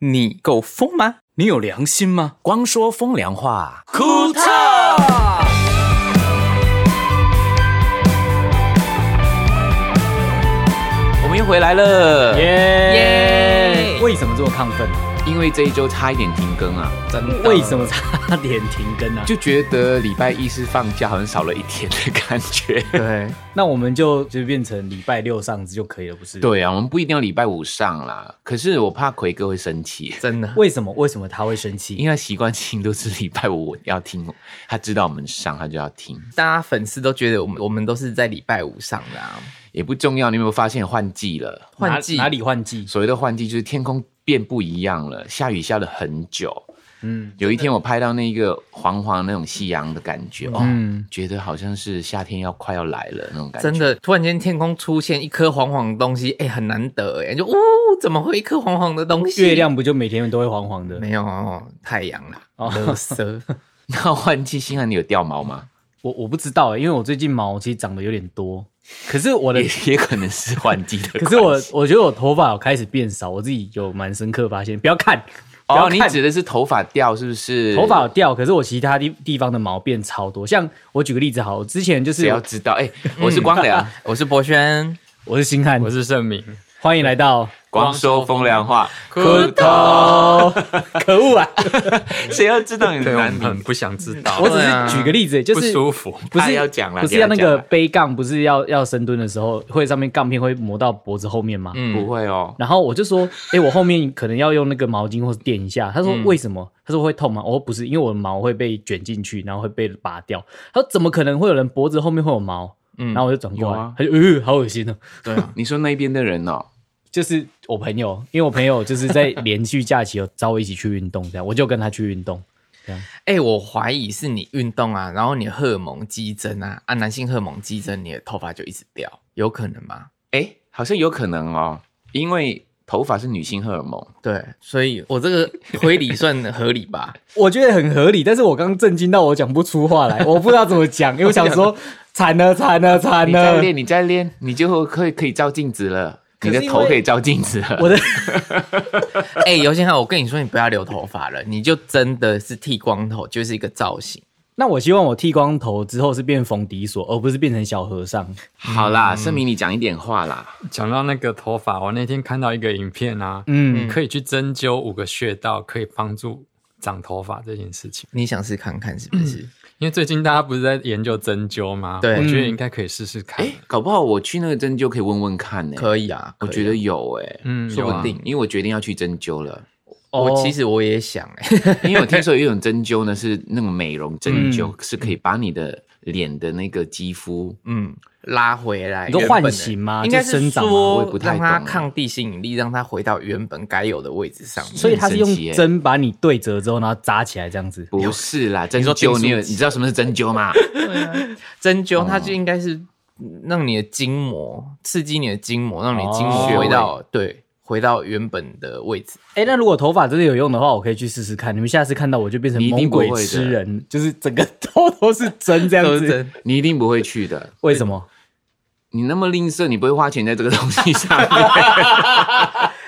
你够疯吗？你有良心吗？光说风凉话，库特，我们又回来了，耶！为什么这么亢奋？因为这一周差一点停更啊，真的为什么差点停更呢、啊？就觉得礼拜一是放假，好像少了一天的感觉。对，那我们就就变成礼拜六上就可以了，不是？，对啊，我们不一定要礼拜五上啦，可是我怕奎哥会生气，真的。为什么？为什么他会生气？因为他习惯性都是礼拜五要听，他知道我们上，他就要听，大家粉丝都觉得我们我们都是在礼拜五上的啊，也不重要。你有没有发现换季了？换季哪哪里换季？所谓的换季就是天空变不一样了，下雨下了很久。嗯，有一天我拍到那个黄黄那种夕阳的感觉，哦，觉得好像是夏天要快要来了那种感觉。真的突然间天空出现一颗黄黄的东西，哎、很难得哎、就呜、怎么会有一颗黄黄的东西？月亮不就每天都会黄黄的？没有哦太阳啦，哦乐色那换季，星汉你有掉毛吗？ 我我不知道、欸，因为我最近毛其实长得有点多，可是我的也也可能是换季的关系。可是我我觉得我头发有开始变少，我自己有蛮深刻发现。不要看，不要哦，你看，指的是头发掉是不是？头发有掉，可是我其他地地方的毛变超多。像我举个例子好了，我之前就谁是要知道？哎、我是光良，我是博轩，我是星汉，我是盛明，欢迎来到光说风凉话。可头， 可恶啊！谁要知道你的对我男们女？很嗯不想知道，我只对啊是举个例子，就不是舒服。不啊是要讲啦不是要那要个讲啦背杠，不是要要深蹲的时候，会上面杠片会磨到脖子后面吗？嗯不会哦，然后我就说， 哎、我后面可能要用那个毛巾或是垫一下。他说嗯为什么？他说会痛吗？我说不是，因为我的毛会被卷进去，然后会被拔掉。他说怎么可能会有人脖子后面会有毛？嗯然后我就转过来，有啊他就呃，好恶心哦。对啊，你说那边的人哦，就是我朋友，因为我朋友就是 在连续假期有找我一起去运动，这样我就跟他去运动。哎、我怀疑是你运动啊，然后你荷尔蒙激增啊，啊，男性荷尔蒙激增，你的头发就一直掉，有可能吗？哎，好像有可能哦，因为头发是女性荷尔蒙。对，所以我这个推理算合理吧？我觉得很合理，但是我刚震惊到我讲不出话来，我不知道怎么讲， 因为我想说惨了惨了惨你再了，练，你再练，你就可以可以照镜子了，可你是的头因为可以照镜子了。我的哎、尤先生，我跟你说，你不要留头发了，你就真的是剃光头，就是一个造型。那我希望我剃光头之后是变冯迪索，而不是变成小和尚。 好啦，声明你讲一点话啦。讲到那个头发，我那天看到一个影片啊，嗯，可以去针灸五个穴道，可以帮助长头发这件事情。你想试看看是不是？因为最近大家不是在研究针灸吗？对我觉得应该可以试试看。哎，搞不好我去那个针灸可以问问看嗯呢。可以啊，我可以觉啊得有哎，嗯说有不啊定，因为我决定要去针灸了。我哦其实我也想、哎， 因为我听说有一种针灸呢，是那种美容针灸，是可以把你的脸的那个肌肤，嗯，拉回来，你说原本的唤醒吗应该欸就是生长吗说我也不太让它懂啊抗地心引力，让它回到原本该有的位置上面。所以他是很神奇用耶针把你对折之后，然后扎起来这样子。不是啦，针说灸你有订书机你知道什么是针灸吗？ 针灸哦它就应该是让你的筋膜刺激你的筋膜，让你的筋膜哦回到、对回到原本的位置。哎、那如果头发真的有用的话，我可以去试试看。你们下次看到我就变成你一猛定不鬼会的吃人，就是整个 头都是针这样都是子。针你一定不会去的。为什么？你那么吝啬，你不会花钱在这个东西上面。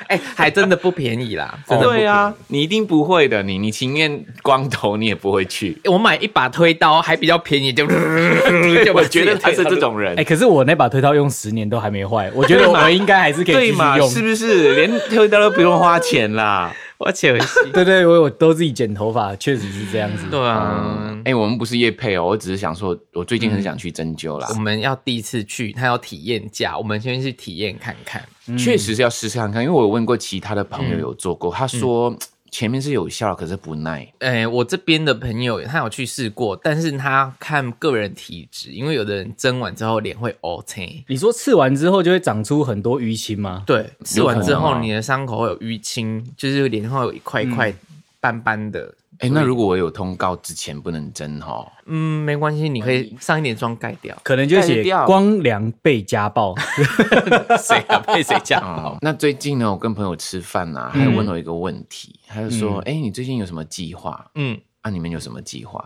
哎、还真的不便宜啦，真的不便宜对啊，你一定不会的。你你情愿光头，你也不会去。我买一把推刀还比较 便宜，就就我觉得他是这种人，哎、可是我那把推刀用十年都还没坏，我觉得我应该还是可以继对续嘛？用。是不是连推刀都不用花钱啦？而且对对，我我都自己剪头发，确实是这样子。对啊嗯，，哎、我们不是叶配哦，我只是想说，我最近很想去针灸啦我，们要第一次去，他要体验价，我们先去体验看看。嗯确、实是要试试看看，因为我有问过其他的朋友有做过，他说。前面是有效，可是不耐。哎、我这边的朋友他有去试过，但是他看个人体质，因为有的人蒸完之后脸会 O K，你说刺完之后就会长出很多淤青吗？对，吃完之有可后能哦嗯你的伤口会有淤青，就是脸会有一块一块斑斑的。哎、那如果我有通告之前不能针哈，嗯，没关系，你可以上一点妆盖掉。可能就盖写得掉光良被家暴。 谁啊？被谁家哦暴？，那最近呢，我跟朋友吃饭啊，他有问我一个问题，他就说：“哎、你最近有什么计划？嗯，啊，你们有什么计划？”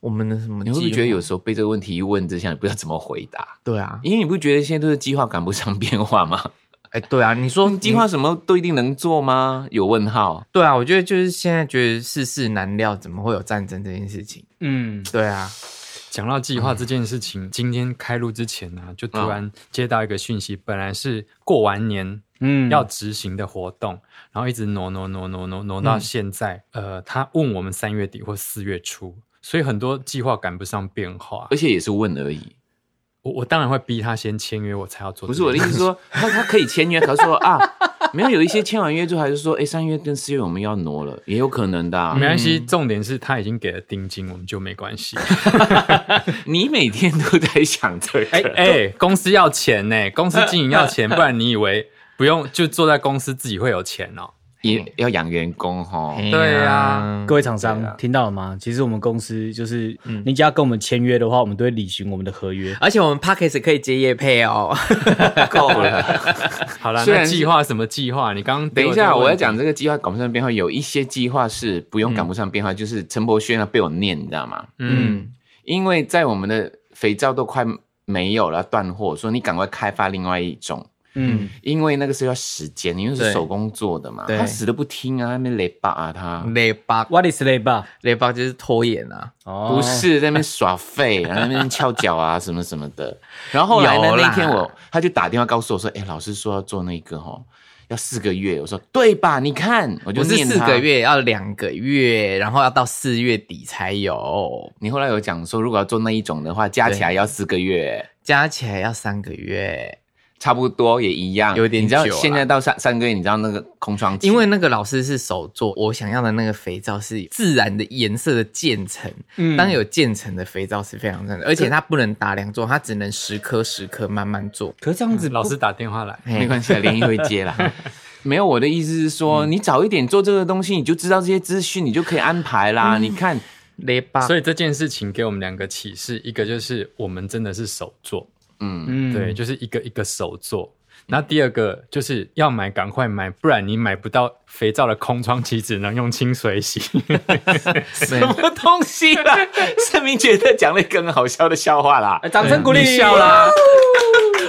我们的什么？你会不会觉得有？时候被这个问题一问之下，你不知道怎么回答？对啊，因为你不觉得现在都是计划赶不上变化吗？ 哎，对啊，你嗯说计划什么都一定能做吗？有问号。对啊，我觉得就是现在觉得世事难料，怎么会有战争这件事情？嗯，对啊，讲到计划这件事情，今天开录之前呢、啊，就突然接到一个讯息，本来是过完年嗯要执行的活动，然后一直挪挪挪挪挪挪嗯到现在。呃，他问我们三月底或四月初，所以很多计划赶不上变化而。且也是问而已，我我当然会逼他先签约，我才要做不这是我的件事。意思是说，他他可以签约，可是说啊，没有有一些签完约之后，还是说，哎，三月跟四月我们要挪了，也有可能的、啊没。关系，重点是他已经给了定金，我们就没关 系。你每天都在想这哎个，哎，公司要钱呢、公司经营要钱，不然你以为不用就坐在公司自己会有钱哦？也要养员工哈。哎对啊啊，各位厂商听到了吗？其实我们公司就是，你只要跟我们签约的话，我们都会履行我们的合约。嗯而且我们 p a c k a g e 可以接业配 哦。够了。好啦，虽那然计划什么计划？你刚刚 等丢一这下，个问我要题讲这个计划赶不上变化，有一些计划是不用赶不上变化，就是陈柏轩啊被我念，你知道吗？嗯，因为在我们的肥皂都快没有了，断货，说你赶快开发另外一种。嗯，因为那个是要时间，因为是对手工做的嘛，对他死都不听啊，那边雷巴啊他，雷巴 What is l a b o 雷巴就是拖延啊，哦不，是在那边耍废，然后在那边翘脚啊什么什么的。然后后来呢 有，啦那天我他就打电话告诉我说，哎、老师说要做那个哈，要四个月，我说对吧？你看，我就不是念四他个。月，要两个月，然后要到四月底才有，你后来有讲说，如果要做那一种的话，加起来要四个月，加起来要三个月。差不多也一样。有点你知道久啦啊现在到三三个月，你知道那个空窗期，因为那个老师是手做，我想要的那个肥皂是自然的颜色的渐层。嗯当有渐层的肥皂是非常赞的，而且它不能大量做，它只能十颗十颗慢慢做。可是这样子嗯老师打电话来，没关系啊，联谊会接啦。 嗯没有，我的意思是说，你早一点做这个东西，你就知道这些资讯，你就可以安排啦。你看，雷巴，所以这件事情给我们两个启示，一个就是我们真的是手做，嗯，嗯对，，就是一个一个手做。然后第二个就是要买，赶快买，不然你买不到肥皂的空窗期，只能用清水洗。 什么东西 啦？盛明觉得讲了一个很好笑的笑话啦，掌声鼓励，你笑啦，。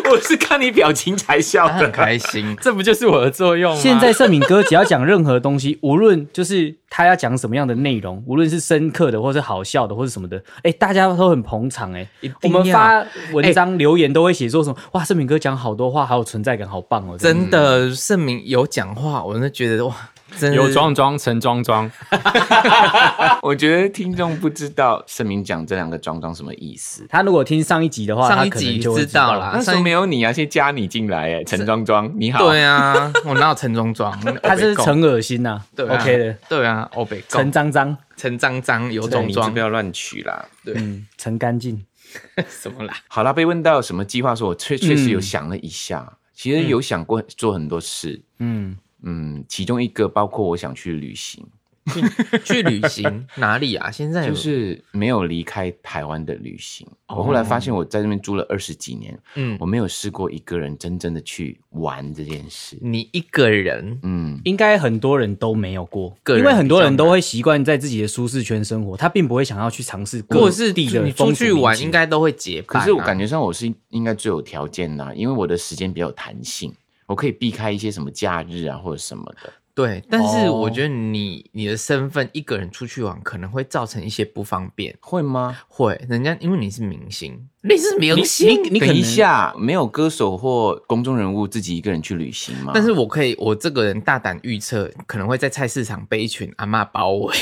我是看你表情才笑他很的。开心这不就是我的作嗯用吗？现在盛敏哥只要讲任何东西， 无论就是他要讲什么样的内容，无论是深刻的，或是好笑的，或是什么的，哎、大家都很捧场、哎，我定要们发文章留言都会写说什么，哇，盛敏哥讲好多话，好有存在感，好棒哦， 真的，盛明有讲话，我真的觉得哇，真的有是装装成装装，我觉得听众不知道盛明讲这两个装装什么意思。他如果听上一集的话，上一他可能集就会知道啦那时候没有你啊，先加你进来哎，陈装装，你好。对啊，我哪有陈中装？他是欧北共陈恶心呐、对啊 OK 的，，对啊，欧北陈陈脏脏，陈张张有总种装装不要乱取啦。嗯，陈干净，什么啦？好啦，被问到什么计划的时候，我确确实有嗯想了一下，其实有想过做很多事，嗯，嗯，其中一个包括我想去旅行， 去旅行哪里啊？现在有就是没有离开台湾的旅行。我后来发现我在这边住了二十几年，哦嗯我，没有试过一个人真正的去玩这件事。你一个人嗯，应该很多人都没有过，个人因为很多人都会习惯在自己的舒适圈生活，他并不会想要去尝试各或者是地的你出风俗去民玩，情应该都会结伴可啊。是我感觉上我是应该最有条件啦、因为我的时间比较有弹性，我可以避开一些什么假日啊或者什么的。对，但是哦我觉得你你的身份一个人出去玩，可能会造成一些不方便。会吗？会，人家因为你是明星，你是明你星，你可等能一下，没有歌手或公众人物自己一个人去旅行吗？但是我可以，我这个人大胆预测，可能会在菜市场被一群阿嬷包围。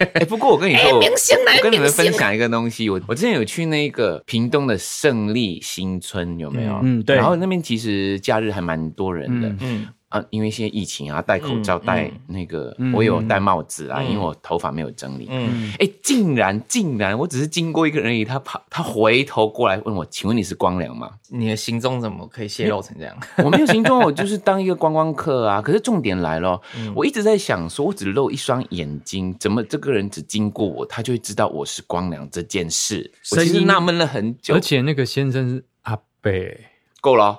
哎、不过我跟你 说，我明星来我跟你们明星分享一个东西，我我之前有去那个屏东的胜利新村，有没有？嗯嗯对然后那边其实假日还蛮多人的。嗯嗯，啊，因为现在疫情啊，戴口罩、嗯戴那个，嗯我有戴帽子啊，嗯因为我头发没有整理。哎、嗯，竟然竟然，我只是经过一个人而已，他跑，他回头过来问我，请问你是光良吗？你的行踪怎么可以泄露成这样？ 我没有行踪，我就是当一个观光客啊。可是重点来了，我一直在想说，我只露一双眼睛，怎么这个人只经过我，他就会知道我是光良这件事？我声其实音纳闷了很久而。且那个先生是阿贝，够了哦，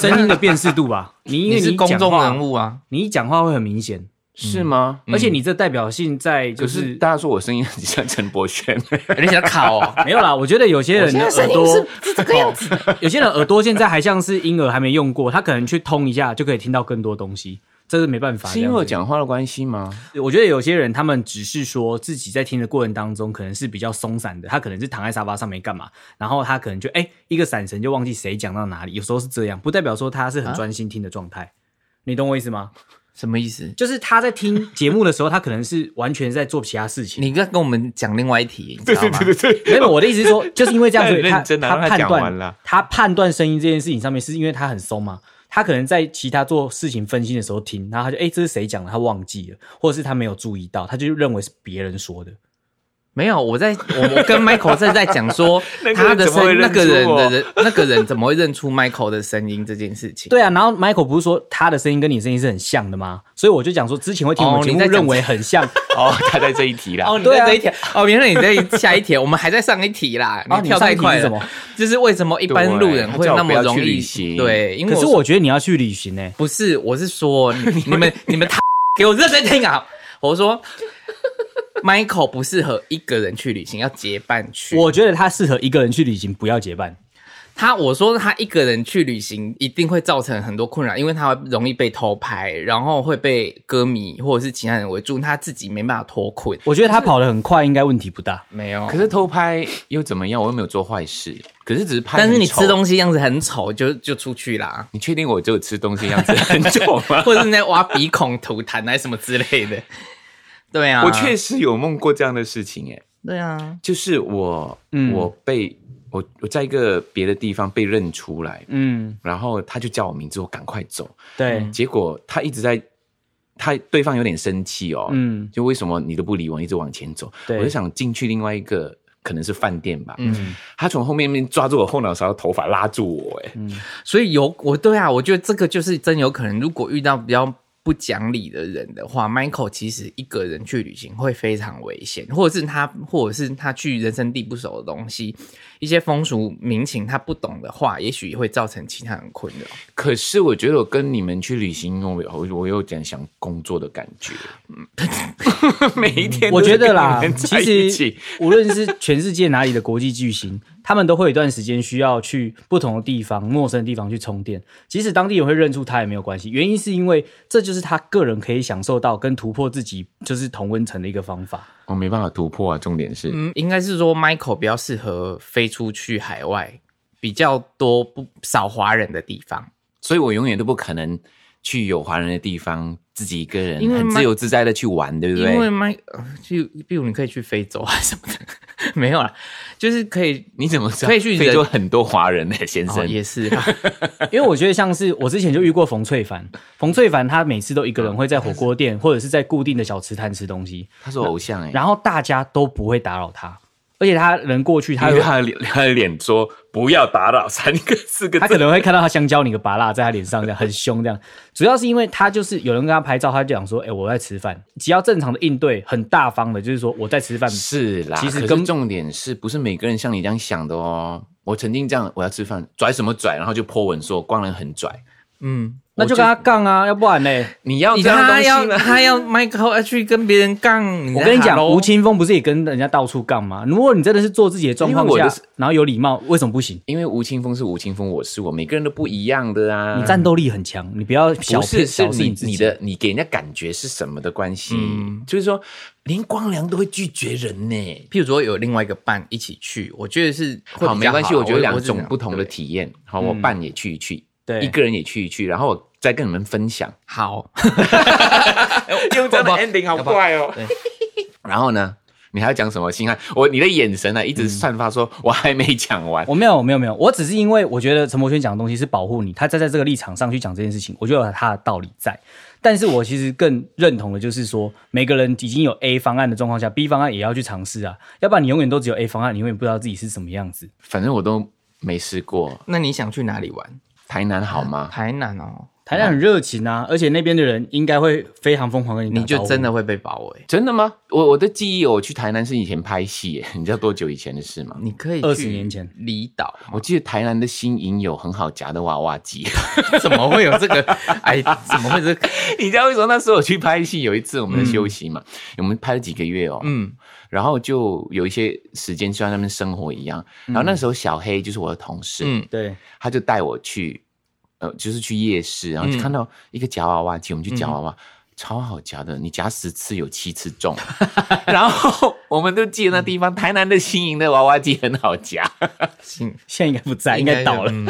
声音的辨识度吧。你因为你是公讲众话人，物啊，你一讲话会很明显。是吗？而且你这代表性在嗯就嗯可是，是大家说我声音很像陈柏轩，你想卡哦啊没有啦，我觉得有些人的耳朵是 这个样子、有些人耳朵现在还像是婴儿还没用过，他可能去通一下就可以听到更多东西，这是没办法。 是因为我这样讲话的关系吗？子，我觉得有些人他们只是说自己在听的过程当中可能是比较松散的，他可能是躺在沙发上没干嘛，然后他可能就哎、一个闪神就忘记谁讲到哪里，有时候是这样，不代表说他是很专心听的状态。你懂我意思吗？什么意思？就是他在听节目的时候，他可能是完全在做其他事情。你在跟我们讲另外一题，你知道吗？对，没有，我的意思是 说，就是因为这样，所以太他认真了让他判讲完断了他判断声音这件事情上面，是因为他很松嘛。他可能在其他做事情分心的时候听，然后他就哎、诶这是谁讲的？他忘记了，或者是他没有注意到，他就认为是别人说的。没有，我在我我跟 Michael 在在讲说 那个人他的怎么声会音，那认个出人我的人，那个人怎么会认出 Michael 的声音这件事情？对啊，然后 Michael 不是说他的声音跟你声音是很像的吗？所以我就讲说，之前会听我们哦节你目在讲认为很 像，哦，他在这一题啦。哦，你对在啊这一题，哦，原来你在下一题， 我们还在上一题啦，哦跳太快你上一题是什了么。就是为什么一般路人会那么对他叫我容不要去易旅行对，因为可是我觉得你要去旅行呢、欸不是，我 是说你你们你们他 给我认真听啊！我说 Michael 不适合一个人去旅行，要结伴去。我觉得他适合一个人去旅行，不要结伴。他我说他一个人去旅行一定会造成很多困扰，因为他会容易被偷拍，然后会被歌迷或者是其他人围住，他自己没办法脱困。我觉得他跑得很快，应该问题不大。没有 可，是偷拍又怎么样？我又没有做坏事，可是只是拍很但丑。是你吃东西样子很丑，就就出去啦，你确定我只有吃东西样子很丑吗？ 或者是在挖鼻孔、吐痰还是什么之类 的。对啊，我确实有梦过这样的事情、欸，对啊，就是我，嗯我被我我在一个别的地方被认出来，嗯，然后他就叫我名字，我赶快走，对，结果他一直在，他对方有点生气哦，嗯就为什么你都不理我，一直往前走，对我就想进去另外一个。可能是饭店吧，嗯 他从后面面抓住我后脑勺的头发，拉住我、欸，哎、嗯所以有我对啊，我觉得这个就是真有可能，如果遇到比较不讲理的人的话，Michael 其实一个人去旅行会非常危险，或者是他，或者是他去人生地不熟的东西，一些风俗民情他不懂的话，也许会造成其他人困扰。可是我觉得我跟你们去旅行，我有我我有点想工作的感觉， 每一天嗯我都觉是得啦跟你，们在其一实起无论是全世界哪里的国际巨星，他们都会有一段时间需要去不同的地方、陌生的地方去充电。即使当地人会认出他也没有关系，原因是因为这就是他个人可以享受到跟突破自己就是同温层的一个方法。我没办法突破啊。重点是，嗯，应该是说 Michael 比较适合飞出去海外，比较多不少华人的地方。所以我永远都不可能去有华人的地方，自己一个人因为很麦自由自在的去玩，对不因为对？ Mike 呃去，比如你可以去非洲啊什么的， 没有啦，就是可以你怎么知道可以去非洲人很多华人呢、先哦，生？也是啦，因为我觉得像是我之前就遇过冯翠凡，冯翠凡他每次都一个人会在火锅店或者是在固定的小吃摊吃东西，他是我偶像哎、然后大家都不会打扰他，而且他人过去他因为他的脸，他的脸说不要打扰三个四个 他字可，能会看到他香蕉你个拔蜡在他脸上这样很凶这样，主要是因为他就是有人跟他拍照，他就讲说，哎、我在吃饭，只要正常的应对，很大方的，就是说我在吃饭，是啦。其实可是跟重点是不是每个人像你这样想的哦？我曾经这样，我要吃饭，拽什么拽，然后就泼文说光人很拽。 嗯，那就跟他杠啊，要不然呢？你要哦这样的他东西要吗 他要 Michael 要去跟别人杠，我跟你讲，吴无情青峰不是也跟人家到处杠吗？如果你真的是做自己的状况因为我下的，然后有礼貌，为什么不行？因为吴青峰是吴青峰，我是我，每个人都不一样的啊。你战斗力很强，你不要小不是骗是小视你自己你的你给人家感觉是什么的关系？嗯就是说，连光良都会拒绝人呢。譬如说有另外一个伴一起去，我觉得是会好，比没较关系，好我觉得两是这种样不同的对嗯体验。好，我伴也去一去，对一个人也去一去，然后我再跟你们分享。 好，用这样的要不 ending 好怪哦。然后呢，你还要讲什么？星汉，我你的眼神啊，一直散发说，我还没讲 完。我没有，我没有，没有，我只是因为我觉得陈柏轩讲的东西是保护你，他站在这个立场上去讲这件事情，我觉得有他的道理在。但是我其实更认同的就是说，每个人已经有 A 方案的状况下，B 方案也要去尝试啊，要不然你永远都只有 A 方案，你永远不知道自己是什么样子。反正我都没试过，那你想去哪里玩？台南好吗？台南哦，台南很热情啊，而且那边的人应该会非常疯狂跟你打你招呼就真的会被包围。真的吗？我我的记忆，我去台南是以前拍戏耶，你知道多久以前的事吗？你可以20年前离岛，我记得台南的新营有很好夹的娃娃机，怎么会有这个？ 哎，怎么会这个？ 你知道为什么那时候我去拍戏？有一次我们在休息嘛，我们拍了几个月哦，嗯，然后就有一些时间就在那边生活一样。然后那时候小黑就是我的同事，嗯对，他就带我去，呃，就是去夜市，嗯然后就看到一个夹娃娃机，我们去夹娃娃。超好夹的，你夹十次有七次 中，然后我们都记得那地方，台南的新营的娃娃机很好 夹。行，现在应该不在，应该倒了。嗯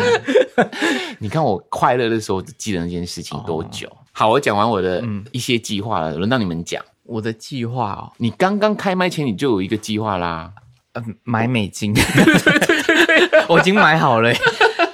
你看我快乐的时候，就记得那件事情多哦久？好，我讲完我的嗯一些计划了，轮到你们讲。我的计划哦，你刚刚开麦前你就有一个计划啦，嗯，买美金， 对对对对，我已经买好了 耶。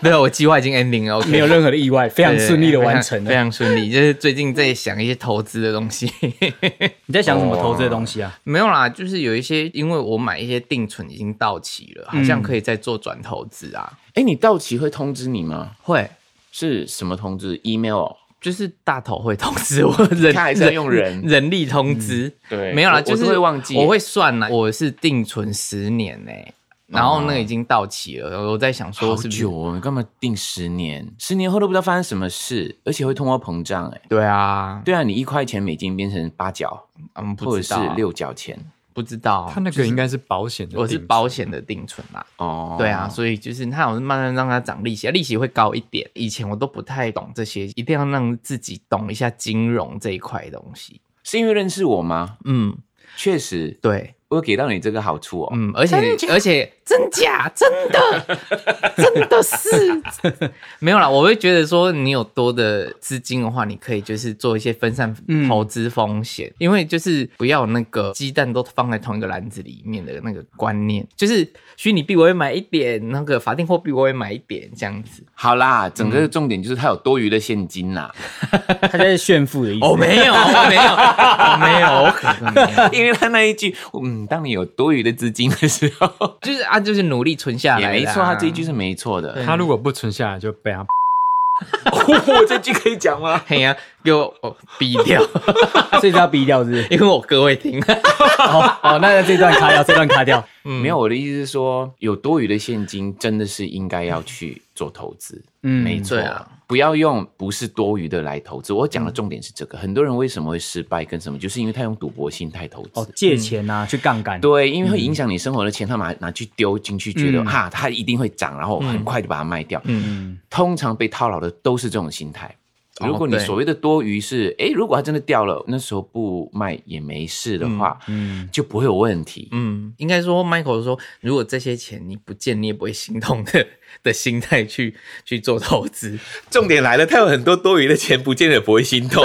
对，我计划已经 ending 了，OK，没有任何的意外，非常顺利的完成非了。常顺利。就是最近在想一些投资的东西， 你在想什么哦投资的东西啊？没有啦，就是有一些，因为我买一些定存已经到期了，好嗯像可以再做转投资啊。哎，你到期会通知你吗？会，是什么通知？email？哦就是大头会通知我 人，看还是要用人人力通知。嗯对没有啦，我就是我都会忘记哦我会算啦，我是定存十年呢、然后那个已经到期了，我在想好说是不是久哦，你干嘛定十年？十年后都不知道发生什么事，而且会通货膨胀。哎，对啊，对啊，你一块钱美金变成八角，嗯，不或者知是道啊，六角钱不知道啊，他那个应该是保险的定我制，是保险的定存啦。哦。对啊，所以就是它好像慢慢让它涨利息，啊利息会高一点。以前我都不太懂这些，一定要让自己懂一下金融这一块东西。是因为认识我吗？嗯，确实，对，我有给到你这个好处哦。嗯，而且而且真假真 的真的是 没有啦，我会觉得说你有多的资金的话，你可以就是做一些分散投资风险，因为就是不要有那个鸡蛋都放在同一个篮子里面的那个观念，就是虚拟币我也买一点，那个法定货币我也买一点这样子。好啦，整个重点就是它有多余的现金啦，他在炫富的意思。我、哦没有，我没有，我没有，我可能 没 有，因为他那一句，嗯，当你有多余的资金的时候，就是啊，就是努力存下也来。啊没错，他这一句。是没错的。他如果不存下来就被他我这句可以讲吗？嘿呀、给我我逼掉，所以这要逼掉是不 是？因为我哥会听。哦，哦那这段卡掉，这段卡掉。没有，我的意思是说，有多余的现金，真的是应该要去做投资。嗯没错对啊，不要用不是多余的来投资。我讲的重点是这个，很多人为什么会失败，跟什么，就是因为他用赌博心态投哦资，。借钱啊，去杠杆。对，因为会影响你生活的钱，他拿拿去丢进去，觉得哈，它一定会涨，然后我很快就把它卖掉。嗯通常被套牢的都是这种心态。哦如果你对所谓的多余是，诶，如果它真的掉了，那时候不卖也没事的话，嗯，就不会有问题。嗯，应该说，Michael 说，如果这些钱你不见，你也不会心痛的的心态去去做投资。重点来了，他有很多多余的钱，不见得不会心痛。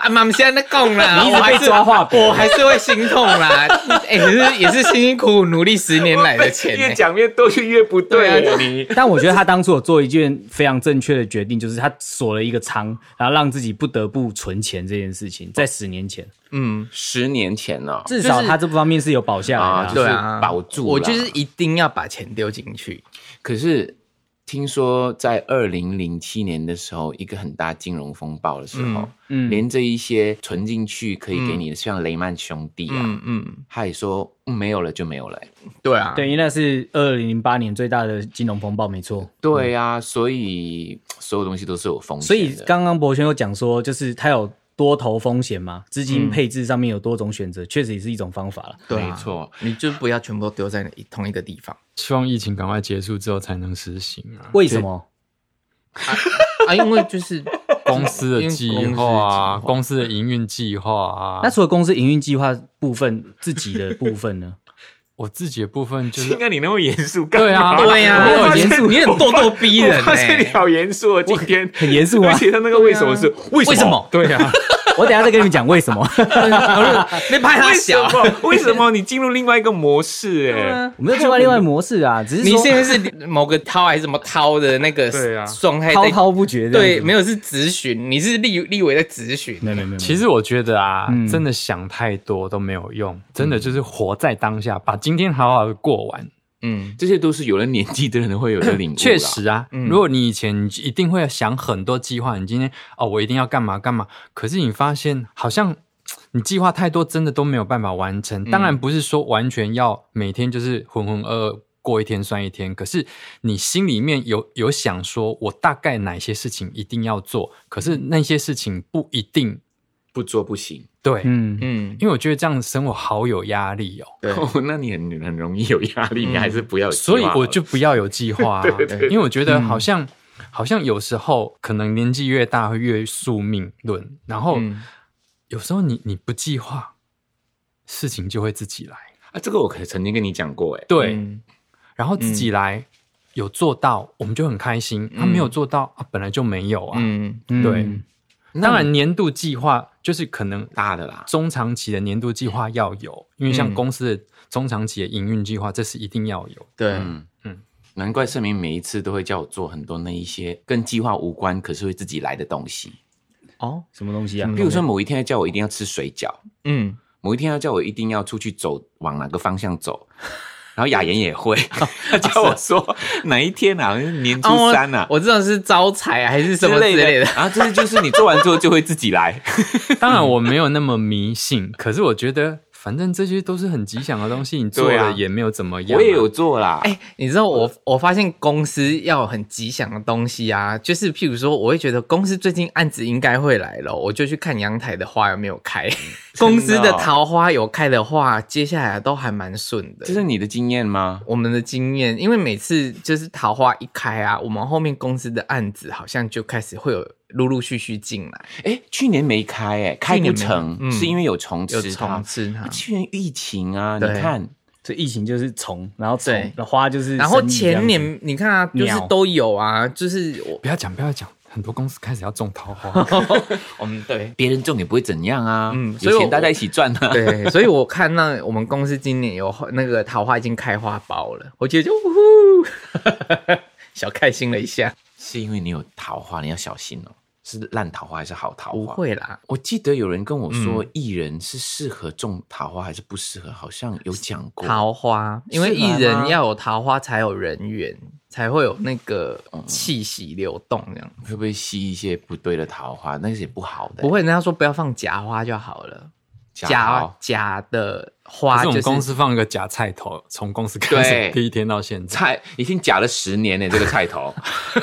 啊，妈妈现在在供啦，你一我直还被是抓画饼我还是会心痛啦。哎、可是也是辛辛苦苦努力十年来的 钱、欸，啊讲越多就越不对了， 你但我觉得他当初有做一件非常正确的决定，就是他锁了一个仓，然后让自己不得不存钱这件事情，在十年前，嗯，十年前了、至少他这方面是有保下来的啊。就是对啊，保住啦我就是一定要把钱丢进去。可是听说在二零零七年的时候，一个很大金融风暴的时候，嗯连这一些存进去可以给你的，像雷曼兄弟啊，嗯嗯，他也说、嗯没有了就没有了、欸对啊，对，因为那是二零零八年最大的金融风暴，没错。对啊呀、嗯所以所有东西都是有风所以险的。刚刚博轩有讲说，就是他有多头风险嘛，资金配置上面有多种选择，确实也是一种方法了。对啊没错，你就不要全部都丢在一同一个地方希望疫情赶快结束之后才能实行啊。为什么？啊，因为就是公司的计划啊，因为公司的营运计划啊，那除了公司营运计划部分，自己的部分呢？我自己的部分 就是该你那么严肃干 对啊，对呀、我有啊，严严肃，你很咄咄逼人、欸。好严肃哦，今天很严肃啊！他那个为什么是为为什么？对呀，我等一下再跟你们讲为什么。你拍他小， 为什么你进入另外一个模式、欸？哎，我们要另外另外模式 啊，只是你说现在是某个涛还是什么涛的那个对啊状态？滔滔不绝这样对，子。没有是咨询，你是立立委在咨询。没有没有没有，其实我觉得啊，嗯真的想太多都没有用，真的就是活在当下，把今天好好的过完。嗯，这些都是有了年纪的人会有的领悟。确，实啊，嗯如果你以前你一定会想很多计划，你今天哦，我一定要干嘛干嘛，可是你发现好像嘖你计划太多，真的都没有办法完成。当然不是说完全要每天就是浑浑噩噩。过一天算一天，可是你心里面有有想说，我大概哪些事情一定要做，可是那些事情不一定不做不行。对，嗯，嗯，因为我觉得这样的生活好有压力哦，对， 哦，那你很很容易有压力，你还是不要有计划好嗯所了。以我就不要有计划、啊，因为我觉得嗯好像、好像有时候可能年纪越大会越宿命论，然后、嗯有时候你你不计划，事情就会自己来，啊，这个我可曾经跟你讲过，哎，对，嗯然后自己来、有做到，我们就很开心；他没有做到，啊、本来就没有啊。嗯对嗯当然，年度计划就是可能大的啦，中长期的年度计划要有，因为像嗯公司的中长期的营运计划，这是一定要有。对，嗯嗯嗯，难怪盛明每一次都会叫我做很多那一些跟计划无关，可是会自己来的东西。哦，什么东西啊？比如说某一天叫我一定要吃水饺，嗯，某一天要叫我一定要出去走，往哪个方向走。然后雅妍也 会，她叫我说哪一天啊，好像是年初三啊哦我我知道是招财啊，还是什么之之类类的。的。然后这些就是你做完之后就会自己来。当然我没有那么迷信，可是我觉得反正这些都是很吉祥的东西，你做对啊了也没有怎么样 啊、我也有做啦，哎、 你知道我我发现公司要有很吉祥的东西啊，就是譬如说，我会觉得公司最近案子应该会来了，我就去看阳台的花有没有开。 公司的桃花有开的话，接下来都还蛮顺的。这是你的经验吗？我们的经验，因为每次就是桃花一开啊，我们后面公司的案子好像就开始会有陆陆续续进来，哎，去年没开，哎，开去不年没成，嗯是因为有虫有吃它啊重。置它。去年疫情啊，你对看，这疫情就是虫，然后虫对的花就是生意这然样子，后前年你看啊，就是鸟都有啊，就是我不要讲，不要讲，很多公司开始要种桃花。我们对别人种也不会怎样啊，嗯所以有钱我大家一起赚啊。 对，所以我看那我们公司今年有那个桃花已经开花苞了，我觉得就呜呼， 小开心了一下。 是因为你有桃花，你要小心哦。是烂桃花还是好桃花？不会嗯啦，我记得有人跟我说，艺人是适合种桃花还是不适合，好像有讲过。桃花，因为是艺吗人要有桃花才有人缘，才会有那个气息流动这样。会不会吸一些不对的桃花？那是也不好的。不会，人家说不要放假花就好了，假啊桃假的可花是啊就我们是公司放一个假菜头，从公司开对始第一天到现在，菜已经假了十年 呢，这个菜头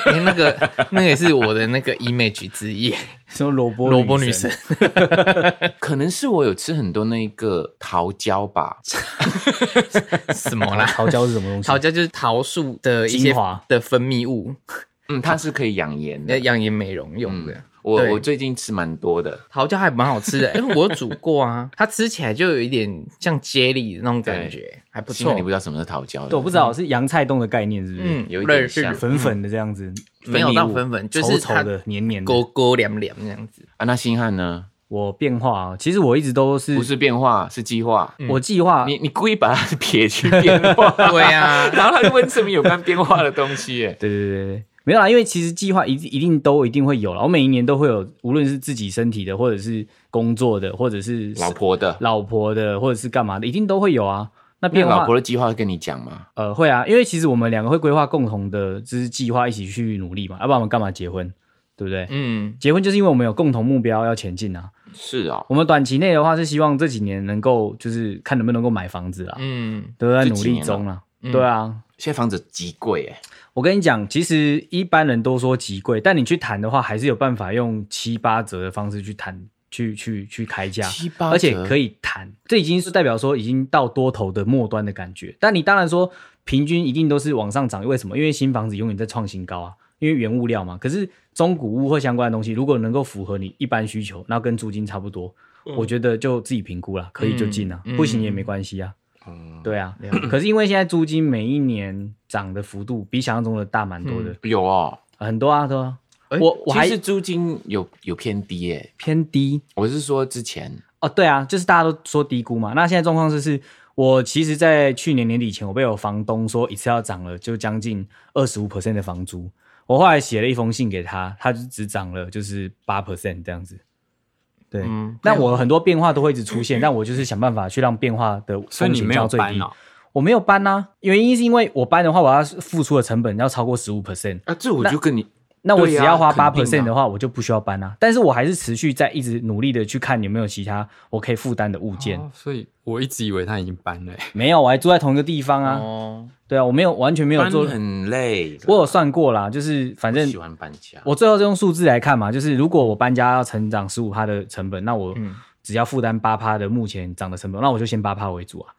哎那个那个也是我的那个 image 之一，什么萝卜萝卜女神，可能是我有吃很多那个桃胶吧， 什么啦，啦？ 桃胶是什么东西？桃胶就是桃树的一些精华的分泌物，嗯，它是可以养颜那的。养颜美容用的。我对我最近吃蛮多的，桃胶还蛮好吃的，因为我有煮过啊， 它吃起来就有一点像接力的那种感觉，还不幸好错你。不知道什么是桃胶对，的我。不知道是洋菜冻的概念是不是？嗯，有一点类似像粉粉的这样子，没有到粉粉，就是稠它稠的、黏黏的。勾勾凉凉这样子。啊，那星汉呢？我变化啊，其实我一直都是不是变化，是计划。嗯我计划你你故意把它撇去变化， 对啊，然后他就问证明有关变化的东西耶。对对对对，没有啦，因为其实计划一定一定都一定会有啦，我每一年都会有，无论是自己身体的，或者是工作的，或者是老婆的，老婆的，或者是干嘛的，一定都会有啊。那那变化老婆的计划会跟你讲吗？呃会啊，因为其实我们两个会规划共同的就是计划，一起去努力嘛，要不然我们干嘛结婚，对不对？嗯，结婚就是因为我们有共同目标要前进啊。是哦，我们短期内的话是希望这几年能够就是看能不能够买房子啦，啊嗯，都在这努几力年了嗯中啦。对啊，现在房子极贵哎，我跟你讲，其实一般人都说极贵，但你去谈的话，还是有办法用七八折的方式去谈，去去去开价，七八折而且可以谈，这已经是代表说已经到多头的末端的感觉。但你当然说平均一定都是往上涨，为什么？因为新房子永远在创新高啊，因为原物料嘛。可是中古屋或相关的东西，如果能够符合你一般需求，那跟租金差不多，我觉得就自己评估啦，可以就进啊，嗯嗯不行也没关系啊。嗯，对啊，可是因为现在租金每一年涨的幅度比想象中的大蛮多的，有哦。啊很多啊，对啊。诶我我还其实租金有有偏低哎，偏低我是说之前哦，对啊，就是大家都说低估嘛。那现在状况是，是我其实，在去年年底前，我被我房东说一次要涨了，就将近二十五 percent 的房租。我后来写了一封信给他，他就只涨了就是八 percent 这样子。对，嗯那我很多变化都会一直出现，但我就是想办法去让变化的所以风你险没降有到最低搬。哦，我没有搬呐、原因是因为我搬的话，我要付出的成本要超过十五 percent， 啊，这我就跟你那我只对啊要花八肯 percent 定啊的话，我就不需要搬啊。但是我还是持续在一直努力的去看有没有其他我可以负担的物件。哦所以我一直以为他已经搬了、欸没有，我还住在同一个地方啊。哦，对啊，我没有完全没有搬做，很累，我有算过啦，就是反我正喜欢搬家，我最后是用数字来看嘛，就是如果我搬家要成长十五趴的成本，那我只要负担八趴的目前涨的成本，那我就先八趴为主啊。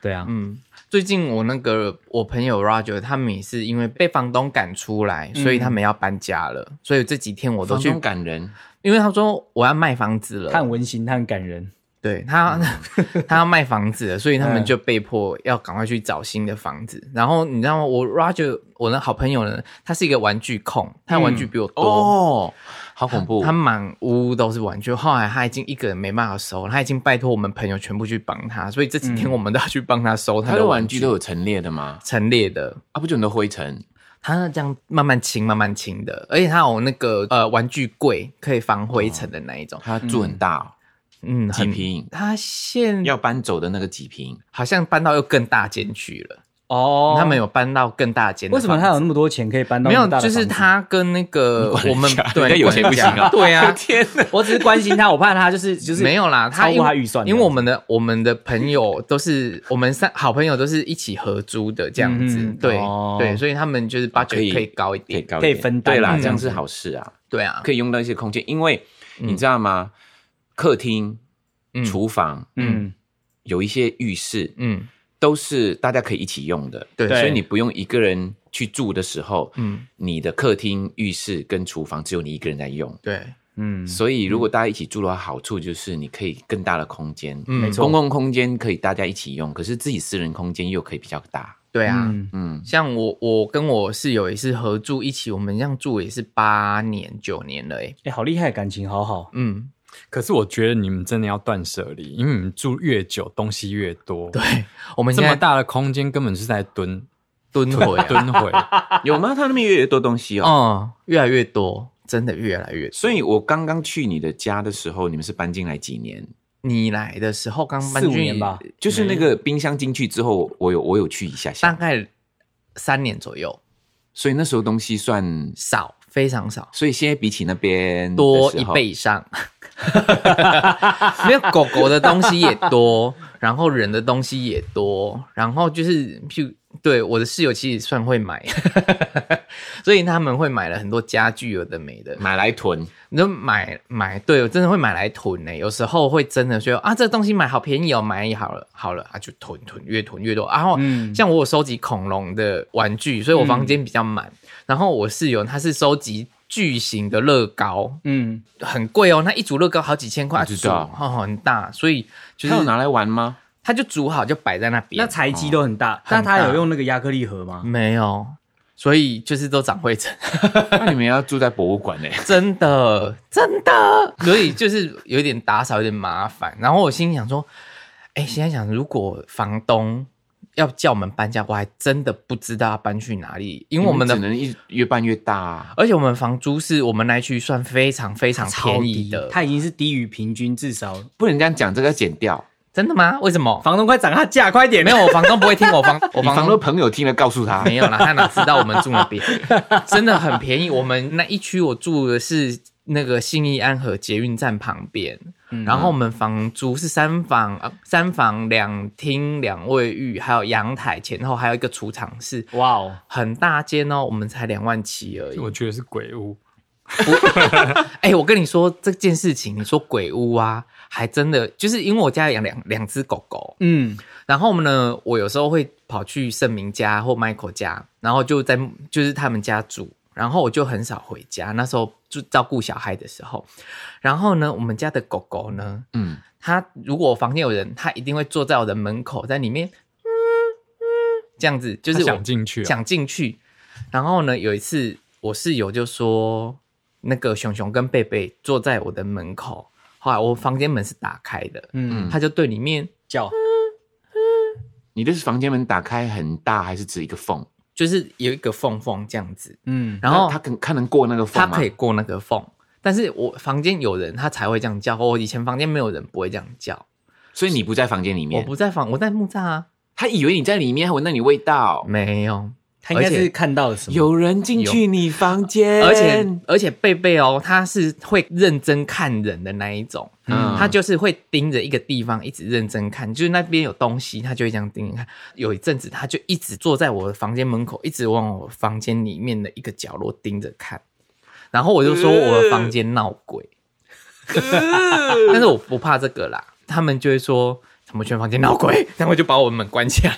对啊，嗯，最近我那个我朋友 Roger 他们也是因为被房东赶出来，所以他们要搬家了。所以这几天我我都去，感人，因为他说我要卖房子了，太温馨，太感人。对他， 他要卖房子了，所以他们嗯就被迫要赶快去找新的房子。然后你知道吗？我 Roger，我的好朋友呢，他是一个玩具控，他的玩具比我多。哦，好恐怖，他满屋都是玩具，后来他已经一个人没办法收了，他已经拜托我们朋友全部去帮他，所以这几天我们都要去帮他收嗯他的的玩具具，都有陈列的吗？陈列的，啊，不就很多灰尘，它这样慢慢清、慢慢清的，而且它有那个呃玩具柜可以防灰尘的那一种，他住很大哦，嗯，几很。平，它现要搬走的那个几平，好像搬到又更大间去了，哦他们嗯有搬到更大间的为房什子。么他有那么多钱可以搬到没那有么大？的就是房子，他跟那个我们对人家有钱不行啊 对啊，天哪，我只是关心他，我怕他就是就是没有啦，他超因过为他预算的因为我们的我们的朋友都是我们三好朋友都是一起合租的这样子，嗯对、哦对，所以他们就是八九可以可以高一可以点，高一可以点分担对啦，嗯这样是好事啊，对啊，可以用到一些空间，因为你知道吗？客厅、嗯厨房嗯有一些浴室，嗯都是大家可以一起用的，对所以你不用一个人去住的时候，嗯你的客厅、浴室跟厨房只有你一个人在用。对，嗯，所以，如果大家一起住的话，好处就是你可以更大的空间，嗯没错公共空间可以大家一起用，可是自己私人空间又可以比较大，对啊。嗯嗯，像我，我跟我室友也是合住一起，我们这样住也是八年九年了、欸，哎，好厉害，感情好好。嗯， 可是我觉得你们真的要断舍离，因为你们住越久，东西越多。对，我们这现么在大的空间根本是在蹲蹲 回、啊， 蹲回。 有吗？他那边越来越多东西哦。嗯，越来越多，真的越来越多。所以我刚刚去你的家的时候，你们是搬进来几年？你来的时候刚搬四五进年吧就是那嗯个冰箱进去之后，我有我有去一下大下，概三年左右，所以那时候东西算，少，非常少，所以现在比起那嗯边的多时一候倍以上。 没有狗狗的东西也多， 然后人的东西也多，然后就是譬如对我的室友其实算会买， 所以他们会买了很多家具，有的没的，买来囤，你就买买，对我真的会买来囤呢、有时候会真的觉得啊，这东西买好便宜哦，买好了好了啊，就囤囤越囤越多。然后、嗯像我有收集恐龙的玩具，所以我嗯房间比较满。然后我室友他是收集巨型的乐高，嗯，很贵哦，那一组乐高好几千块，我知道啊煮哦很大，所以就他有是拿来玩 吗？他就煮好就摆在那边，那材积都很大，嗯很那他大有用那个亚克力盒吗？没有，所以就是都长灰 尘。那你们要住在博物馆呢、欸真的，真的，所以就是有点打扫有点麻烦。然后我心里想说，哎、现在想如果房东要叫我们搬家，我还真的不知道要搬去哪里，因为我们的，你只能一越办越大、啊。而且我们房租是我们那一区算非常非常便宜的。它已经是低于平均，至少不能这样讲，这个要剪掉。真的吗？为什么？房东快涨他价，快点！没有，我房东不会听 我房，我你房房东东朋友听了告诉他，啊没有啦，他哪知道我们住那边？ 真的很便宜。我们那一区我住的是那个信义安和捷运站旁边，然后我们房租是三房、呃三房两厅两卫浴，还有阳台，前后还有一个储藏室，哇哦，很大间哦。我们才两万七而已。我觉得是鬼屋，哎、我跟你说这件事情，你说鬼屋啊，还真的就是因为我家养两两只狗狗，嗯，然后呢，我有时候会跑去盛明家或 Michael 家，然后就在就是他们家住，然后我就很少回家。那时候就照顾小孩的时候，然后呢，我们家的狗狗呢，嗯，它如果我房间有人，它一定会坐在我的门口，在里面，嗯嗯，这样子，就是他我想进去、啊，想进去。然后呢，有一次我室友就说，那个熊熊跟贝贝坐在我的门口，后来我房间门是打开的，嗯嗯他就对里面。叫你的房间门打开很大，还是只有一个缝？就是有一个缝缝这样子，嗯，然后他可他能过那个缝哦他吗？可以过那个缝，但是我房间有人，他才会这样叫。我以前房间没有人，不会这样叫。所以你不在房间里我面，不在房，我在木栅啊，他以为你在里面，还闻到你味道。没有，他应该是看到了什么？有人进去你房间，而且而且贝贝哦，他是会认真看人的那一种，嗯他就是会盯着一个地方一直认真看，就是那边有东西，他就会这样盯着看。有一阵子，他就一直坐在我的房间门口，一直往我房间里面的一个角落盯着看。然后我就说我的房间闹鬼， 但是我不怕这个啦。他们就会说怎么全房间闹鬼，然后就把我们门关起来。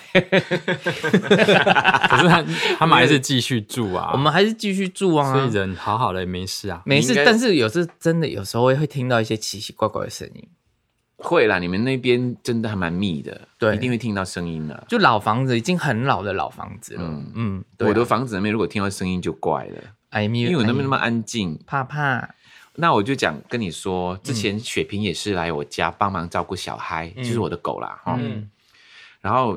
可 是他他们还是继续住啊，我们还是继续住啊，所以人好好的也没事 啊。没你事应该，但是有时真的有时候会听到一些奇奇怪怪的声音。会啦，你们那边真的还蛮密的，对一定会听到声音的。就老房子已经很老的老房子了，嗯嗯嗯，对啊我的房子里面如果听到声音就怪了，哎咪，因为我那边那么安静。怕怕，那我就讲跟你说，之嗯前雪萍也是来我家帮忙照顾小嗨，就是我的狗啦，哈、嗯然后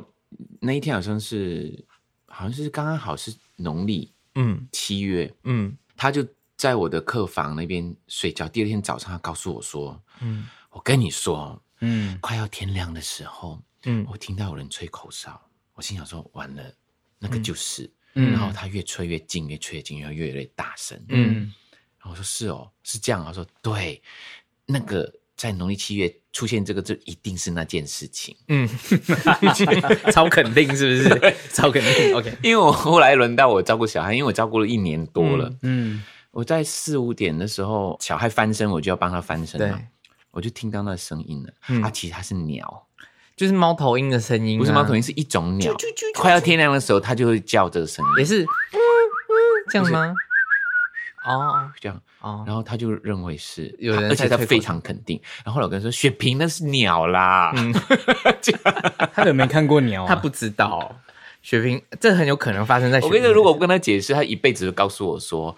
那一天好像是，好像是刚刚好是农历嗯七月，嗯他就在我的客房那边睡觉。第二天早上，他告诉我说嗯：“我跟你说，嗯快要天亮的时候，嗯我听到有人吹口哨。”我心想说：“完了，那个就是。嗯然后他越吹越近，越吹越近，越越来越大声。嗯然后我说：“是哦，是这样啊。”他说：“对，那个在农历七月出现这个，就一定是那件事情。”嗯，超肯定 是不是？超肯定，OK，因为我后来轮到我照顾小孩，因为我照顾了一年多了。嗯，我在四五点的时候，小孩翻身，我就要帮他翻身嘛对，我就听到那声音了。嗯啊，其实它是鸟，就是猫头鹰的声音啊，不是猫头鹰，是一种鸟。快要天亮的时候，它就会叫这个声也音，是这样吗？哦这样，哦，然后他就认为是啊有人而且在他推口非常肯定。然后后来我跟他说：“雪萍，那是鸟啦。嗯他可能没看过鸟哦啊，他不知道，雪萍，这很有可能发生在雪我跟萍身你上。说，如果我跟他解释，他一辈子都告诉我说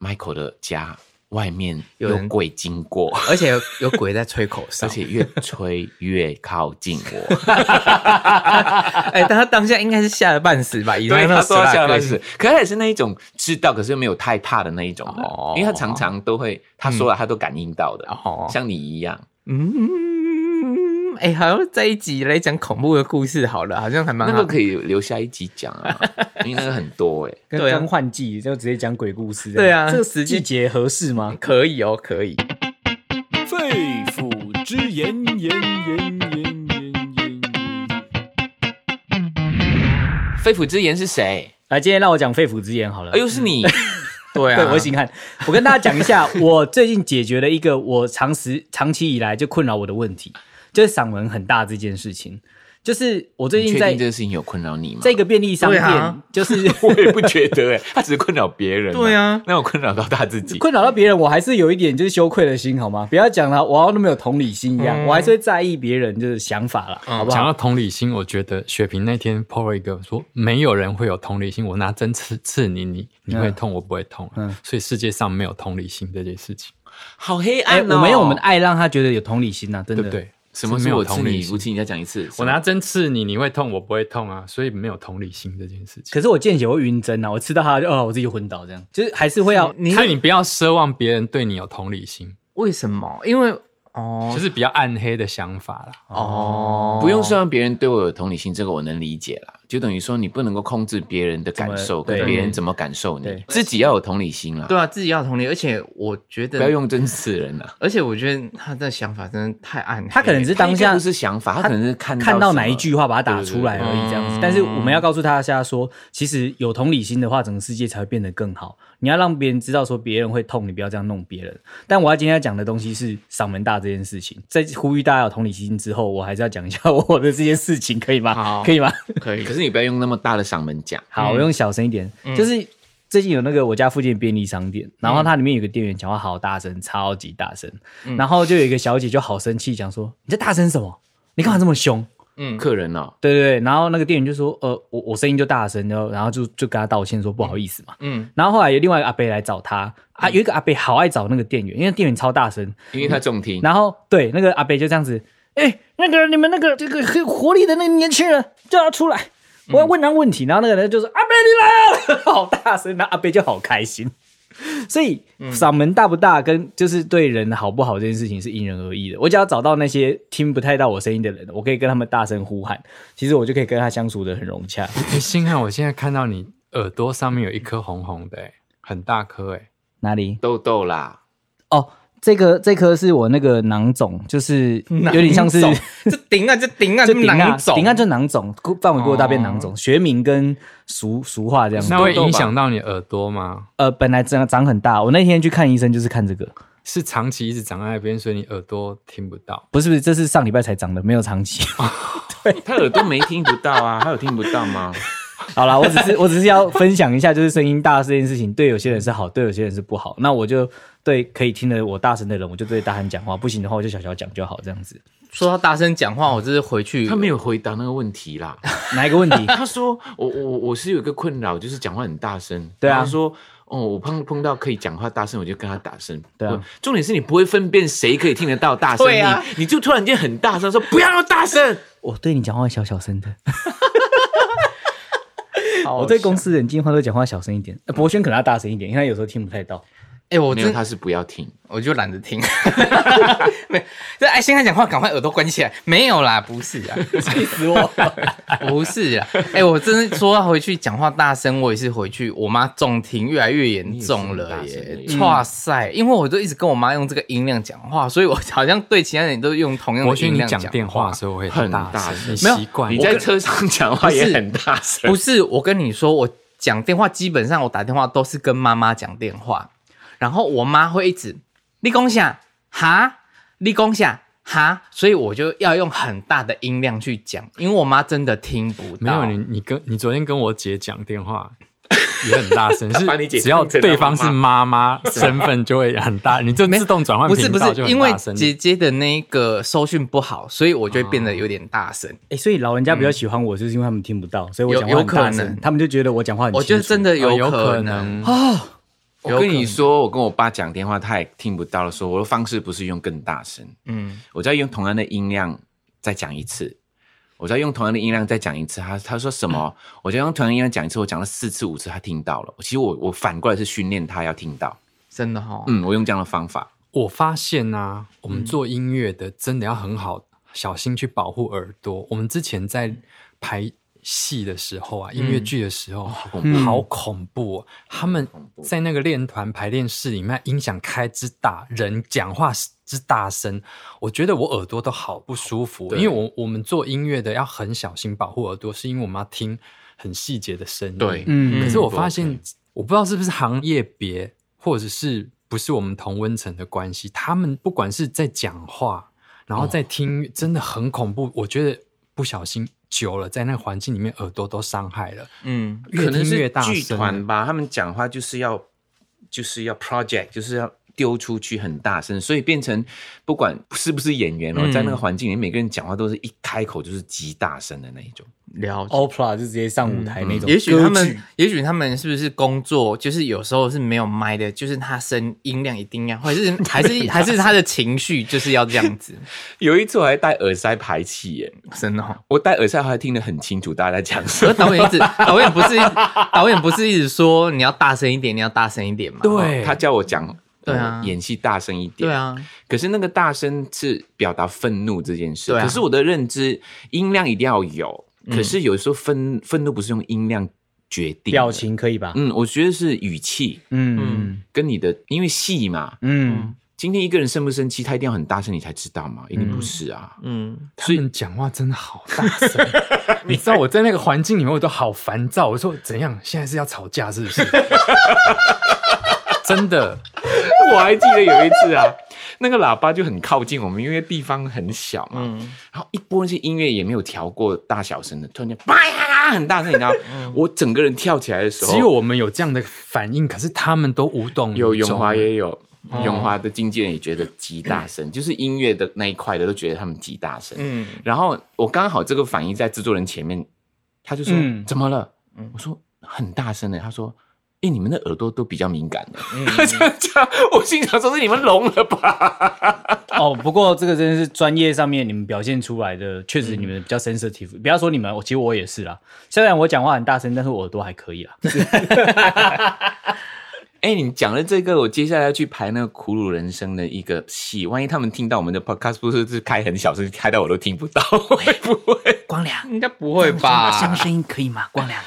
，Michael 的家外面有人有鬼经过。 而且有有鬼在吹口哨而，且越吹越靠近我，哎，但他当下应该是吓得半死吧？以对，那他个说他吓到半是，可他也是那一种知道，可是又没有太怕的那一种的，哦因为他常常都会，他说了他都感应到的，哦像你一样。嗯，哎、好像这一集来讲恐怖的故事好了，好像还蛮那好个可以留下一集讲啊，因为那个很多哎、跟对啊更换季就直接讲鬼故事。对啊这个时季节合适吗？可以哦，可以。肺腑之言，言言言言言言。肺腑之言是谁？来，今天让我讲肺腑之言好了。哎呦，是你，对啊，对，我已经看。我跟大家讲一下，我最近解决了一个我长时长期以来就困扰我的问题，就是嗓门很大这件事情。就是我最你近确在定这个事情有困扰你吗？在一个便利商店，对啊就是 我也不觉得哎、他只是困扰别人、对 啊，那我困扰到他自己。困扰到别人，我还是有一点就是羞愧的心，好吗？不要讲了，我要那么有同理心一样，我还是会在意别人就是想法啦，好不讲好？到同理心，我觉得雪萍那天 PO 了一个说，没有人会有同理心。我拿针刺刺你，你你嗯会痛，我不会痛。啊所以世界上没有同理心这件事情，好黑哎、暗哦！我们用我们的爱让他觉得有同理心呐、啊真对的。不对？什么是没是有我刺同理你，心不？刺你，再讲一次。我拿针刺你，你会痛，我不会痛啊。所以没有同理心这件事情。可是我见血会晕针啊，我吃到它就哦，我自己就昏倒，这样就是还是会 要你所以你不要奢望别人对你有同理心，为什么？因为哦就是比较暗黑的想法啦。哦，不用奢望别人对我有同理心，这个我能理解啦。就等于说，你不能够控制别人的感受，怎么跟对别人怎么感受你对，自己要有同理心啦。对啊，自己要同理，而且我觉不要得，用针刺人啊啦。而且我觉得他的想法真的太暗黑了，他可能 只是当 他应该下不是想法，他可能是看看到到什么哪一句话把它打出来而已，这样子。但是我们要告诉大家说，其实有同理心的话，整个世界才会变得更好。你要让别人知道说别人会痛，你不要这样弄别人。但我要今天要讲的东西是嗓门大这件事情，在呼吁大家有同理心之后，我还是要讲一下 我的这件事情，可以吗好？可以吗？可以可是你不要用那么大的嗓门讲。好，我用小声一点，就是。最近有那个我家附近的便利商店，然后它里面有个店员讲话好大声，超级大声，然后就有一个小姐就好生气，讲说你在大声什么？你干嘛这么凶？嗯客人哦，对对对，然后那个店员就说，呃，我我声音就大声，然后然后就就跟他道歉说不好意思嘛。嗯，然后后来有另外一个阿伯来找他啊，有一个阿伯好爱找那个店员，因为店员超大声。因为他重听。然后对那个阿伯就这样子，哎，那个你们那个这个很有活力的那个年轻人叫他出嗯 来，我要问他问题。然后那个人就说阿伯你来了，好大声，然后阿伯就好开心。所以嗯嗓门大不大跟就是对人好不好这件事情是因人而异的。我只要找到那些听不太到我声音的人，我可以跟他们大声呼喊，其实我就可以跟他相处的很融洽。哎，星汉，我现在看到你耳朵上面有一颗红红的、欸，很大颗哎、哪里？痘痘啦，哦，这个这颗是我那个囊肿，就是有点像是囊肿这顶啊，这 顶啊，就这顶啊囊，肿，顶啊就囊肿，范围过大便囊肿，学名跟俗俗话这样子。那会影响到你耳朵吗？呃，本来长长很大，我那天去看医生就是看这个，是长期一直长在那边，所以你耳朵听不到。不是不是，这是上礼拜才长的，没有长期。 他耳朵没听不到啊， 他有听不到吗？好啦，我只是我只是要分享一下，就是声音大这件事情，对有些人是好，对有些人是不好。那我就对可以听得我大声的人，我就对大喊讲话；不行的话，我就小小讲就好，这样子。说到大声讲话，我这是回去他没有回答那个问题啦。哪一个问题？他说：“我我我是有一个困扰，就是讲话很大声。”对啊他说：“哦，我碰碰到可以讲话大声，我就跟他打声。”对啊我，重点是你不会分辨谁可以听得到大声，对啊你你就突然间很大声说：“不要那么大声我对你讲话小小声的，好我对公司人尽量都讲话小声一点。呃博轩可能要大声一点，因为他有时候听不太到。哎、！”我没有，真他是不要听。我就懒得听， 没这哎，先他讲话，赶快耳朵关起来。没有啦，不是啊，气死我！ 不是啊，哎、我真的说要回去讲话大声，我也是回去，我妈重听越来越严重了你也是很耶大，声哇嗯塞！因为我都一直跟我妈用这个音量讲话，所以我好像对其他人都用同样我的觉得音你量讲讲电话话的。时候会很大大声声，你没有习惯你在车上讲话也很大声，不是，我跟你说，我讲电话基本上我打电话都是跟妈妈讲电话，然后我妈会一直立功下哈，立功下哈，所以我就要用很大的音量去讲，因为我妈真的听不没有到。你，你跟你昨天跟我姐讲电话也很大 声，把你是姐只要当成对她妈方妈啊是妈妈身份就会很大，你就自动转换不是频不，道就是很因为大声。姐姐的那个收讯不好，所以我就会变得有点大声。哎、所以老人家比较喜欢我，就是因为他们听不到，所以我嗯有讲话很大有可声能，他们就觉得我讲话很清我楚。觉得真的呃有可能能，我跟你说，我跟我爸讲电话，他也听不到的时候，我的方式不是用更大声，嗯，我再用同样的音量再讲一次，我再用同样的音量再讲一次。他他说什么？我再用同样的音量讲一次，我讲了四次五次，他听到了。其实我我反过来是训练他要听到。真的哈、哦，嗯，我用这样的方法。我发现啊，我们做音乐的真的要很好小心去保护耳朵。我们之前在排戏的时候啊，音乐剧的时候，好恐怖，好恐怖、哦！他们在那个练团排练室里面，音响开之大，人讲话之大声，我觉得我耳朵都好不舒服。因为我我们做音乐的要很小心保护耳朵，是因为我们要听很细节的声音。对嗯可是我发嗯现，我不知道是不是行业别，或者是不是我们同温层的关系，他们不管是在讲话，然后在听，真的很恐怖。我觉得不小心久了，在那个环境里面，耳朵都伤害了，嗯，越可能听是越大剧声。团吧，他们讲话就是要就是要 project，就是要丢出去很大声，所以变成不管是不是演员哦，嗯在那个环境里，每个人讲话都是一开口就是极大声的那一种。了解。 opera 就直接上舞台那种歌剧、嗯也许他们，也许他们是不是工作，就是有时候是没有麦的，就是他声音量一定要，或者是还是还是他的情绪就是要这样子，有一次我还戴耳塞排气耶，真的、哦。我戴耳塞还听得很清楚大家在讲什可么 是。导演一直，导演不是导演不是一直说你要大声一点，你要大声一点嘛？对，哦啊他叫我讲，对啊呃演戏大声一点。对，啊，可是那个大声是表达愤怒这件事。对啊嗯可是我的认知，音量一定要有。可是有时候愤愤怒不是用音量决定的表。情可以吧？嗯，我觉得是语气嗯跟你的，因为戏嘛，嗯今天一个人生不生气，他一定要很大声，你才知道嘛，一定不是啊。嗯，他们讲话真的好大 声。你知道我在那个环境里面，我都好烦躁。我说怎样？现在是要吵架是不 是？真的，我还记得有一次啊， 那个喇叭就很靠近我们，因为地方很小嘛。嗯然后一播那些音乐也没有调过大小声的，突然间叭呀呀很大声，你知道，我整个人跳起来的时候，只有我们有这样的反应，可是他们都无动于有衷。永华也有，永华的经纪人也觉得极大声， 就是音乐的那一块的都觉得他们极大声。嗯然后我刚好这个反应在制作人前面，他就说、嗯怎么了？我说很大声的，他说。哎、你们的耳朵都比较敏感的， 这样我心想说是你们聋了吧？哦，不过这个真的是专业上面你们表现出来的，确实你们比较 sensitive、不要说你们，我其实我也是啦。虽然我讲话很大声，但是我耳朵还可以啦。哎、你讲了这个，我接下来要去排那个《苦鲁人生》的一个戏，万一他们听到我们的 podcast，不是是开很小声，开到我都听不到，会不会？ 光良，应该不会吧？这样声音可以吗？光良，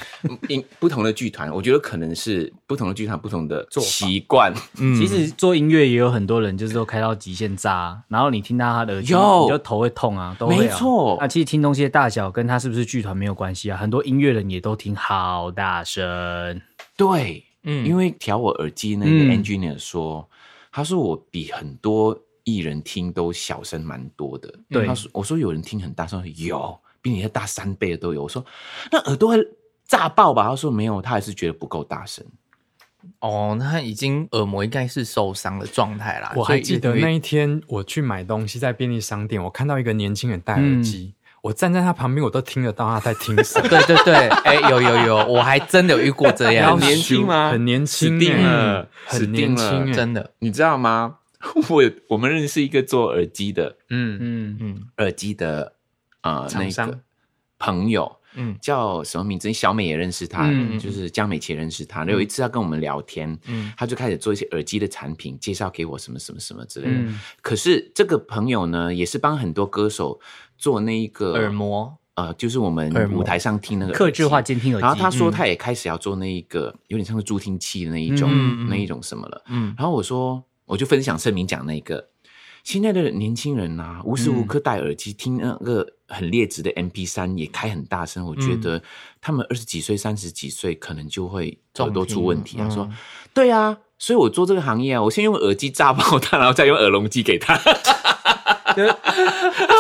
因嗯不同的剧团，我觉得可能是不同的剧团有不同的习惯，其实做音乐也有很多人就是都开到极限炸啊，然后你听到他的耳机，有你就头会痛啊，都会啊没错那其实听东西的大小跟他是不是剧团没有关系啊，很多音乐人也都听好大声。对，嗯因为调我耳机那个嗯 engineer 说，他说我比很多艺人听都小声蛮多的。对他说我说有人听很大声，他说有比你的大三倍的都有。我说那耳朵会炸爆吧？他说没有，他还是觉得不够大声。哦，那已经耳膜应该是受伤的状态啦。我还记得所以那一天我去买东西，在便利商店，我看到一个年轻人戴耳机，我站在他旁边，我都听得到他在听什么。对对对，哎、有有有，我还真的有遇过这样 很年轻吗很年轻死定欸了死很定年了轻欸，真的，你知道吗？ 我我们认识一个做耳机的嗯，嗯，嗯耳机的啊、呃厂那商个朋友，嗯叫什么名字？小美也认识他，嗯嗯就是江美琪也认识他。有一次他跟我们聊天，嗯他就开始做一些耳机的产品，介绍给我什么什么什么之类的。嗯可是这个朋友呢，也是帮很多歌手做那一个耳，膜，呃，就是我们耳膜舞台上听那个克制化耳机。监听耳机。然后他说他也开始要做那一个、有点像是助听器的那一种、嗯嗯嗯嗯那一种什么了。嗯然后我说，我就分享声明讲那个，现在的年轻人啊，无嗯时无刻戴耳机、听那个很劣质的 MP 三，也开很大声。我觉嗯得他们二十几岁、三十几岁，可能就会耳朵出问题。重他听说嗯：“对啊，所以我做这个行业啊，我先用耳机炸爆他，然后再用耳聋机给他。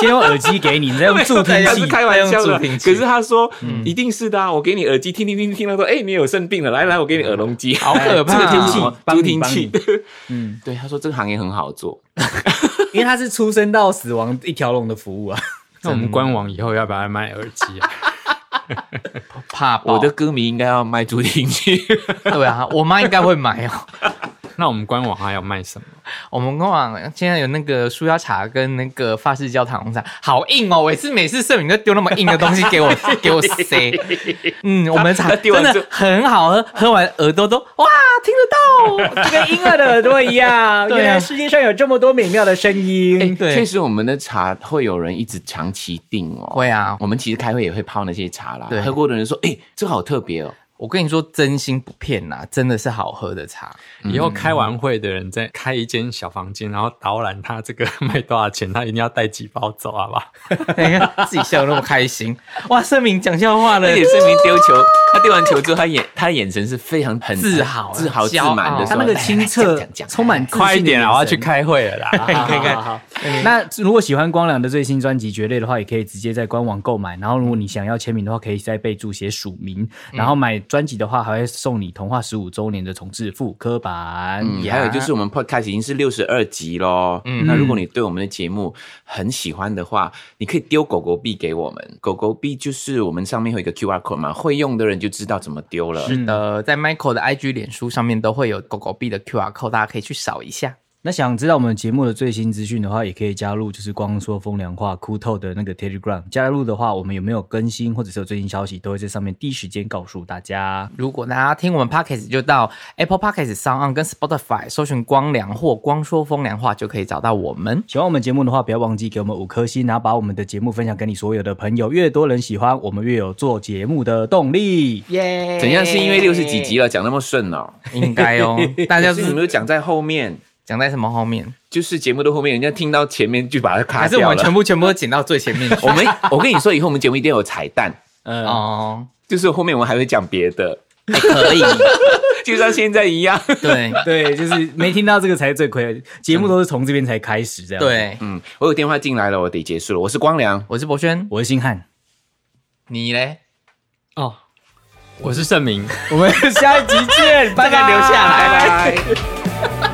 先用耳机给你，你再用 助听对他是器。开玩笑的。再用助听器可是他说：“一定是的啊，我给你耳机听听听听。”他说：“哎，你有生病了，来来，我给你耳聋机。”好可怕助助听听器器，帮你助听器。 嗯，对，他说这个行业很好做。因为他是出生到死亡一条龙的服务 啊。那我们官网以后要不要卖耳机啊？ 怕爆我的歌迷应该要卖助听器。对啊，我妈应该会买哦。那我们官网还要卖什么？我们官网现在有那个舒压茶跟那个法式焦糖红茶，好硬哦！我也是每次盛敏都丢那么硬的东西给我给我塞。嗯，我们茶他丢真完的很好喝，喝完耳朵都哇听得到。 就跟婴儿的耳朵一 样，对啊原来世界上有这么多美妙的声音。对确实我们的茶会有人一直长期订哦。会啊，我们其实开会也会泡那些茶啦对。喝过的人说：“哎，这个好特别哦。我跟你说，真心不骗呐、真的是好喝的茶。以后开完会的人再开一间小房间，然后导览他这个 卖多少钱，他一定要带几包走，好不 好？你看自己笑得那么开心，哇！盛敏讲笑话”了而，且声明丢球，他丢完球之后，他眼他的眼神是非常很自豪自豪自骄傲满的他说。那个清澈来来来讲讲，讲充满自信的快一眼点啦，神我要去。开会了啦。好好好好，嗯那如果喜欢光良的最新专辑《绝对》的话，也可以直接在官网购买。然后，如果你想要签名的话，可以在备注写署名。然后买专辑的话，还会送你《童话十五周年》的重置复刻版。嗯，还有就是我们 podcast 已经是六十二集喽。嗯，那如果你对我们的节目很喜欢的话，你可以丢狗狗币给我们。狗狗币就是我们上面会有一个 QR code 嘛，会用的人就知道怎么丢了。嗯是的，在 Michael 的 IG、脸书上面都会有狗狗币的 QR code，大家可以去扫一下。那想知道我们节目的最新资讯的话，也可以加入就是光说风凉话哭透的那个 Telegram。加入的话，我们有没有更新或者是有最新消息，都会在上面第一时间告诉大家。如果大家听我们 podcast，就到 Apple Podcast、s o n 跟 Spotify 搜寻“光良”或“光说风凉话”，就可以找到我们。喜欢我们节目的话，不要忘记给我们五颗星，然后把我们的节目分享给你所有的朋友，越多人喜欢，我们越有做节目的动力。耶怎样？是因为六十几集了，讲那么顺哦？应该哦。大家但就是你们都是讲在后面，讲在什么后面？就是节目的后面，人家听到前面就把它卡还是我掉们全了。部全部都剪到最前面去？我们我跟你说，以后我们节目一定要有彩蛋，嗯、 哦，就是后面我们还会讲别的，哎可以，就像现在一样。对对，就是没听到这个才是最亏，节目都是从这边才开始这样。，对。嗯，我有电话进来了，我得结束了。我是光良，我是博轩，我是星汉，你嘞？ 哦，我是盛明。我们下一集见，这拜个拜，留下来。拜拜。